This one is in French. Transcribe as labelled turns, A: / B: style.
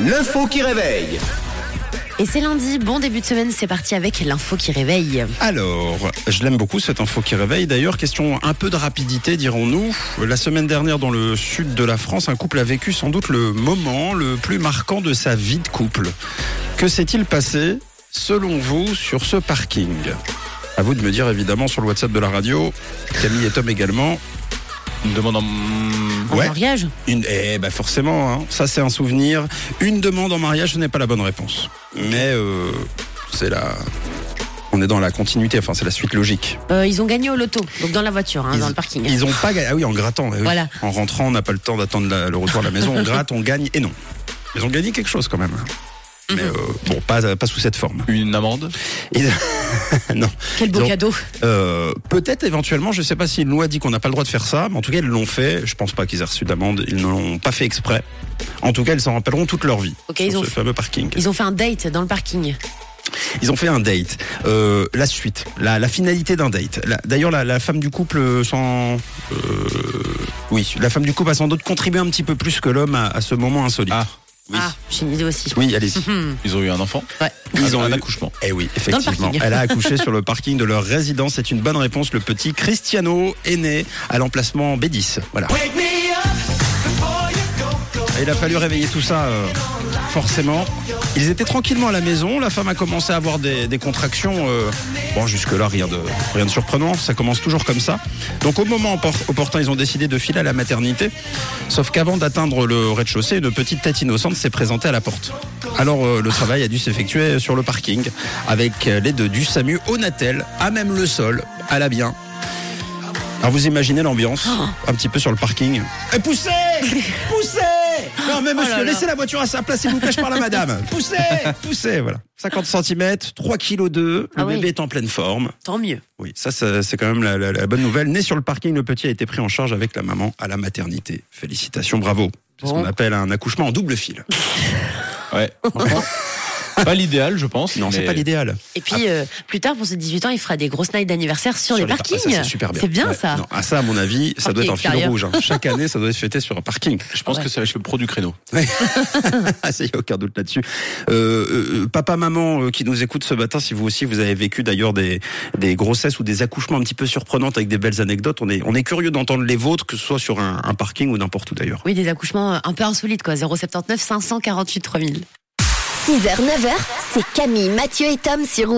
A: L'info qui réveille.
B: Et c'est lundi, bon début de semaine, c'est parti avec l'info qui réveille.
C: Alors, je l'aime beaucoup cette info qui réveille. D'ailleurs, question un peu de rapidité, dirons-nous. La semaine dernière, dans le sud de la France, un couple a vécu sans doute le moment le plus marquant de sa vie de couple. Que s'est-il passé, selon vous, sur ce parking À vous de me dire évidemment sur le WhatsApp de la radio. Camille et Tom également.
D: Une demande en...
B: En
C: Ouais.
B: mariage
C: Une, eh ben forcément, hein, ça c'est un souvenir. Une demande en mariage, ce n'est pas la bonne réponse. Mais euh, c'est la. On est dans la continuité, enfin c'est la suite logique.
B: Euh, Ils ont gagné au loto, donc dans la voiture, hein, dans le parking.
C: Ils ont pas gagné. Ah oui, en grattant. eh oui.
B: Voilà.
C: En rentrant, on n'a pas le temps d'attendre la- le retour à la maison. On gratte, on gagne et non. Ils ont gagné quelque chose quand même.
B: Mhm.
C: Mais euh, bon, pas, pas sous cette forme.
D: Une amende
C: Ils- non.
B: Quel beau
C: Ils ont-
B: cadeau
C: Euh, Peut-être éventuellement, je ne sais pas si une loi dit qu'on n'a pas le droit de faire ça, mais en tout cas ils l'ont fait. Je pense pas qu'ils aient reçu d'amende, ils ne l'ont pas fait exprès. En tout cas, ils s'en rappelleront toute leur vie.
B: Ok,
C: sur
B: ils ont
C: ce
B: fait-
C: fameux parking.
B: Ils ont fait un date dans le parking.
C: Ils ont fait un date. Euh, la suite, la, la finalité d'un date. La- D'ailleurs, la, la femme du couple euh, sans. euh, oui, la femme du couple a sans doute contribué un petit peu plus que l'homme à, à ce moment insolite.
D: Ah.
C: oui.
B: Ah, j'ai une idée aussi.
C: Oui, allez-y.
B: Hmm.
D: Ils ont eu un enfant
B: Ouais.
C: Ils ont
D: un
C: eu-
D: accouchement.
C: Eh oui,
B: le
C: effectivement.
B: parking.
C: Elle a accouché sur le parking de leur résidence. C'est une bonne réponse. Le petit Cristiano est né à l'emplacement B10. Voilà. Et Il a fallu réveiller tout ça, euh, forcément. Ils étaient tranquillement à la maison. La femme a commencé à avoir des, des contractions. euh, bon, jusque-là, rien de, rien de surprenant. Ça commence toujours comme ça. Donc, au moment oppor- opportun, ils ont décidé de filer à la maternité. Sauf qu'avant d'atteindre le rez-de-chaussée, une petite tête innocente s'est présentée à la porte. Alors, euh, le travail a dû s'effectuer sur le parking avec euh, l'aide du SAMU au Natel, à même le sol, à la bien. Alors vous imaginez l'ambiance,
B: Oh.
C: un petit peu sur le parking. Eh, poussez Poussez Non mais monsieur,
B: Oh là là.
C: laissez la voiture à sa place, s'il vous plaît, je parle à madame. Poussez Poussez, voilà. 50 cm, 3 kg 2, le
B: Ah oui.
C: bébé est en pleine forme.
B: Tant mieux.
C: Oui, ça, ça, c'est quand même la, la- la bonne nouvelle. Né sur le parking, le petit a été pris en charge avec la maman à la maternité. Félicitations, bravo. C'est ce
B: Bon.
C: qu'on appelle un accouchement en double fil.
D: Ouais. pas l'idéal, je pense.
C: Non, c'est
D: mais
C: pas l'idéal.
B: Et puis, euh, plus tard, pour ses 18 ans, il fera des grosses nights d'anniversaire sur, les
C: Ah. Sur les par-
B: parkings.
C: ah, ça, c'est super bien.
B: C'est bien
C: Ouais.
B: ça.
C: Non, ah, ça, à mon avis,
B: Parking
C: ça doit être un fil
B: extérieur.
C: rouge. hein. Chaque année, ça doit se fêter sur un parking.
D: Je pense
B: Ouais.
D: que c'est avec le pro du créneau.
C: Ah, ça, y a aucun doute là-dessus. Euh, euh, euh, papa, maman euh, qui nous écoute ce matin, si vous aussi vous avez vécu d'ailleurs des, des grossesses ou des accouchements un petit peu surprenantes avec des belles anecdotes, on est, on est curieux d'entendre les vôtres, que ce soit sur un, un parking ou n'importe où d'ailleurs.
B: Oui, des accouchements euh, un peu insolites, quoi. 079 548 3000.
E: 6h, 9h, c'est Camille, Mathieu et Tom sur